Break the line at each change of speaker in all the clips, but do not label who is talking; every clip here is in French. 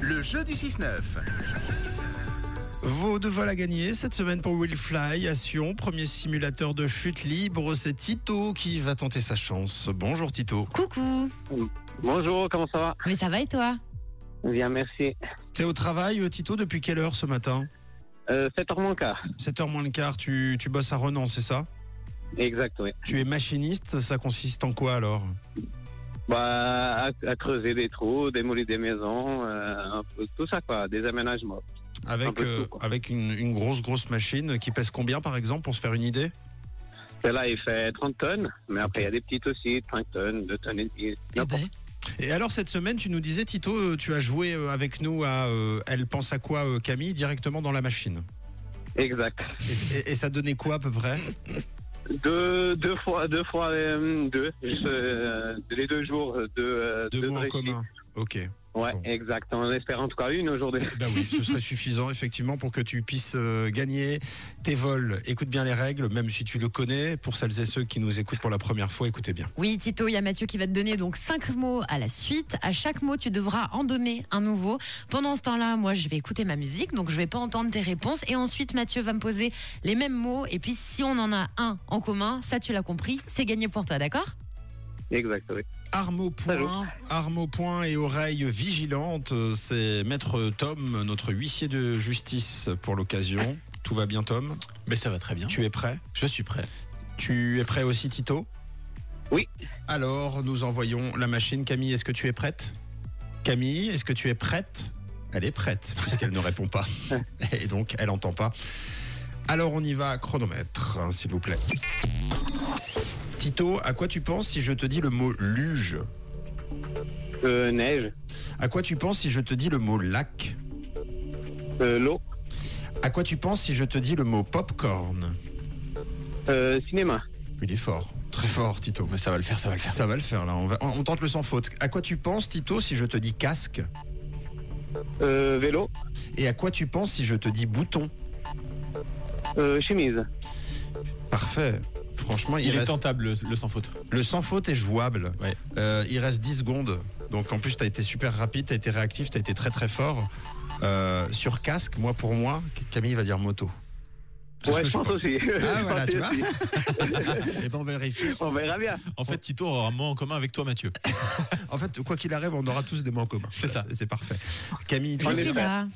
Le jeu du 6-9.
Vos deux vols à gagner cette semaine pour Will Fly à Sion, premier simulateur de chute libre. C'est Tito qui va tenter sa chance. Bonjour Tito.
Coucou
Bonjour, comment ça va
Mais ça va et toi
Bien, merci.
T'es au travail, euh, Tito, depuis quelle heure ce matin
Euh, 7h moins le quart.
7h moins le quart, tu, tu bosses à Renan, c'est ça
Exact, oui.
Tu es machiniste, ça consiste en quoi alors
Bah, à, à creuser des trous, démolir des maisons, euh, un peu tout ça, quoi. Des aménagements. Un
Avec,
peu de
euh,
tout, quoi.
avec une, une grosse, grosse machine qui pèse combien par exemple pour se faire une idée
Celle-là, il fait 30 tonnes, mais après, il y a des petites aussi, 5 tonnes, 2 tonnes et demie.
Eh
n'importe.
ben,
Et alors cette semaine, tu nous disais Tito, euh, tu as joué euh, avec nous à euh, Elle pense à quoi euh, Camille directement dans la machine.
Exact.
Et, et- et ça donnait quoi à peu près
Deux, deux fois, deux fois, euh, deux. Juste, euh, les deux jours, euh, deux, euh,
Deux mots en
réussites.
commun. Ok.
Ouais,
Bon.
exact. On espère en tout cas une aujourd'hui.
Bah oui, ce serait suffisant effectivement pour que tu puisses euh, gagner tes vols. Écoute bien les règles, même si tu le connais. Pour celles et ceux qui nous écoutent pour la première fois, écoutez bien.
Oui, Tito, il y a Mathieu qui va te donner donc cinq mots à la suite. À chaque mot, tu devras en donner un nouveau. Pendant ce temps-là, moi, je vais écouter ma musique, donc je vais pas entendre tes réponses. Et ensuite, Mathieu va me poser les mêmes mots. Et puis, si on en a un en commun, ça, tu l'as compris, c'est gagné pour toi, d'accord
Exact, oui.
Arme au
Allô
point, arme au point et oreille vigilante. euh, C'est maître Tom, notre huissier de justice pour l'occasion. Tout va bien Tom
Mais Ben, ça va très bien.
Tu es prêt
Je suis prêt.
Tu es prêt aussi Tito
Oui.
Alors nous envoyons la machine. Camille, est-ce que tu es prête Camille, est-ce que tu es prête Elle est prête puisqu'elle ne répond pas. Et donc elle n'entend pas. Alors on y va, chronomètre, hein, s'il vous plaît. Tito, à quoi tu penses si je te dis le mot luge
Euh, neige,
À quoi tu penses si je te dis le mot lac
euh, l'eau,
À quoi tu penses si je te dis le mot popcorn
euh, cinéma,
Il est fort, très fort Tito.
Mais ça va le faire, ça va le faire.
Ça va le faire là, on, va- on- on tente le sans faute. À quoi tu penses Tito si je te dis casque
euh, vélo,
Et à quoi tu penses si je te dis bouton
euh, chemise.
Parfait. Franchement, il,
Il, est
reste...
tentable, le, le sans faute.
le sans faute est jouable.
Ouais.
Euh, il reste 10 secondes. Donc en plus, t'as été super rapide, t'as été réactif, t'as été très très fort. Euh, sur casque, moi pour moi, Camille va dire moto. C'est ce
Ouais,
que
je pense aussi.
Ah, voilà, tu vois.
Aussi.
Et ben on vérifie.
On verra bien.
En fait, Tito aura un mot en commun avec toi, Mathieu.
En fait, quoi qu'il arrive, on aura tous des mots en commun.
C'est ça.
C'est parfait. Camille, tu
Je
On est
suis
prêt.
là.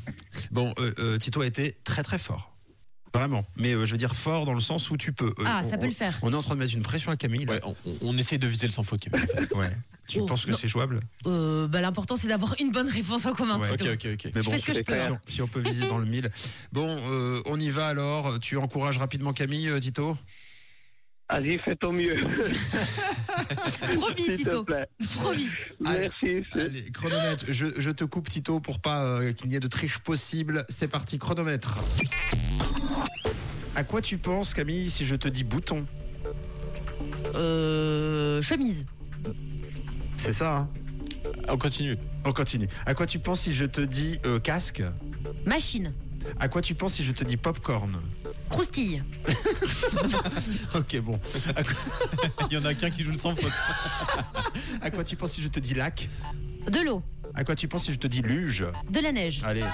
Bon, euh, euh, Tito a été très très fort. Vraiment. Mais euh, je veux dire fort dans le sens où tu peux. Euh,
Ah,
on-
ça peut
on-
le faire.
On est en train de mettre une pression à Camille. là.
Ouais, on, on- on essaye de viser le sans faute. Camille, en fait.
Ouais. Tu
Oh,
penses que
non.
c'est jouable
Euh, bah, L'important, c'est d'avoir une bonne réponse en commun,
Ouais,
Ok,
Tito.
ok, ok.
Mais
Je fais ce que
c'est
je peux. hein.
clair.
si on, si on peut viser dans le mille. Bon, euh, on y va alors. Tu encourages rapidement Camille, euh, Tito
Vas-y, fais ton mieux.
Promis,
S'il te
Tito.
plaît.
Promis.
Allez.
Merci. c'est-
Allez, chronomètre. Je, je te coupe, Tito, pour pas euh, qu'il n'y ait de triche possible. C'est parti, chronomètre. À quoi tu penses, Camille, si je te dis bouton
Euh, chemise.
C'est ça, hein
On continue.
On continue. À quoi tu penses si je te dis euh, casque
Machine.
À quoi tu penses si je te dis popcorn
Croustille.
Ok, bon. À quoi,
Il y en a qu'un qui joue le sans faute.
à quoi tu penses si je te dis lac
De l'eau.
À quoi tu penses si je te dis luge
De la neige.
Allez.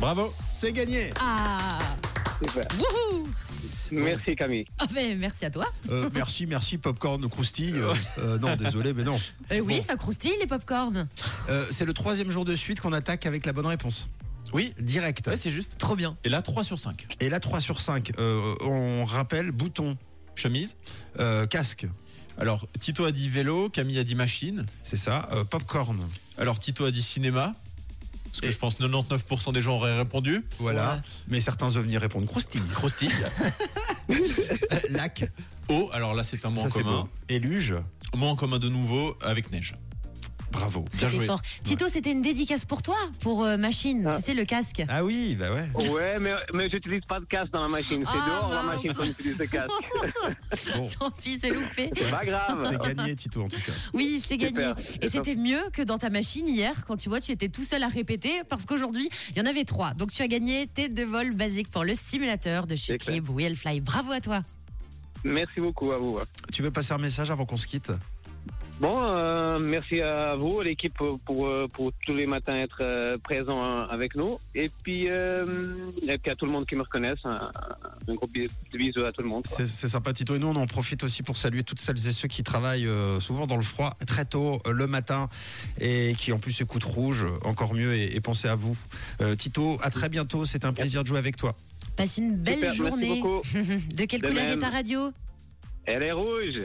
Bravo.
C'est gagné.
Ah
Super.
Wouhou
Merci Camille.
Ah ben, Merci à toi.
Euh, merci, merci, popcorn croustille. Euh, euh, non, désolé, mais non.
Eh oui,
Bon.
ça croustille les popcorns.
Euh, c'est le troisième jour de suite qu'on attaque avec la bonne réponse.
Oui.
Direct.
Ouais, c'est juste.
Trop bien.
Et là, 3 sur 5.
Et là, 3 sur 5. on rappelle bouton,
Chemise.
euh, casque,
Alors, Tito a dit vélo, Camille a dit machine.
c'est ça, euh, popcorn.
Alors, Tito a dit cinéma. Parce que
Et-
je pense 99% des gens auraient répondu.
Voilà.
Ouais.
Mais certains ovnis répondent croustille.
Croustille.
Euh, lac,
Eau. Oh, Alors là, c'est un mot
ça
en
c'est
commun.
beau. Et luge,
Mot en commun de nouveau avec neige.
bravo.
Bien
C'était
joué.
fort. Tito, c'était une dédicace pour toi, pour euh, Machine.
Ah.
Tu sais, le casque.
Ah oui, bah ouais.
Ouais, mais, mais j'utilise pas de casque dans la machine. C'est
Ah,
dehors la
mince.
machine qu'on utilise le casque.
Bon.
Tant pis, c'est loupé.
C'est pas grave.
C'est gagné, Tito, en tout cas.
Oui, c'est gagné.
Super.
Et c'était mieux que dans ta machine hier, quand tu vois, tu étais tout seul à répéter, parce qu'aujourd'hui, il y en avait trois. Donc tu as gagné tes deux vols basiques pour le simulateur de chute
Super.
libre Wheelfly. Bravo à toi.
Merci beaucoup à vous.
Tu veux passer un message avant qu'on se quitte
Bon, euh, merci à vous, à l'équipe, pour, pour, euh, pour tous les matins être euh, présents hein, avec nous. Et puis, euh, et puis à tout le monde qui me reconnaisse, un, un gros bis- bisou à tout le monde. quoi.
C'est c'est sympa Tito et nous on en profite aussi pour saluer toutes celles et ceux qui travaillent euh, souvent dans le froid très tôt euh, le matin et qui en plus écoutent rouge euh, encore mieux et, et pensez à vous. Euh, Tito, à très bientôt, c'est un plaisir de jouer avec toi.
Passe une belle
Super, merci
journée.
beaucoup.
de quelle
De
couleur
même.
est ta radio
Elle est rouge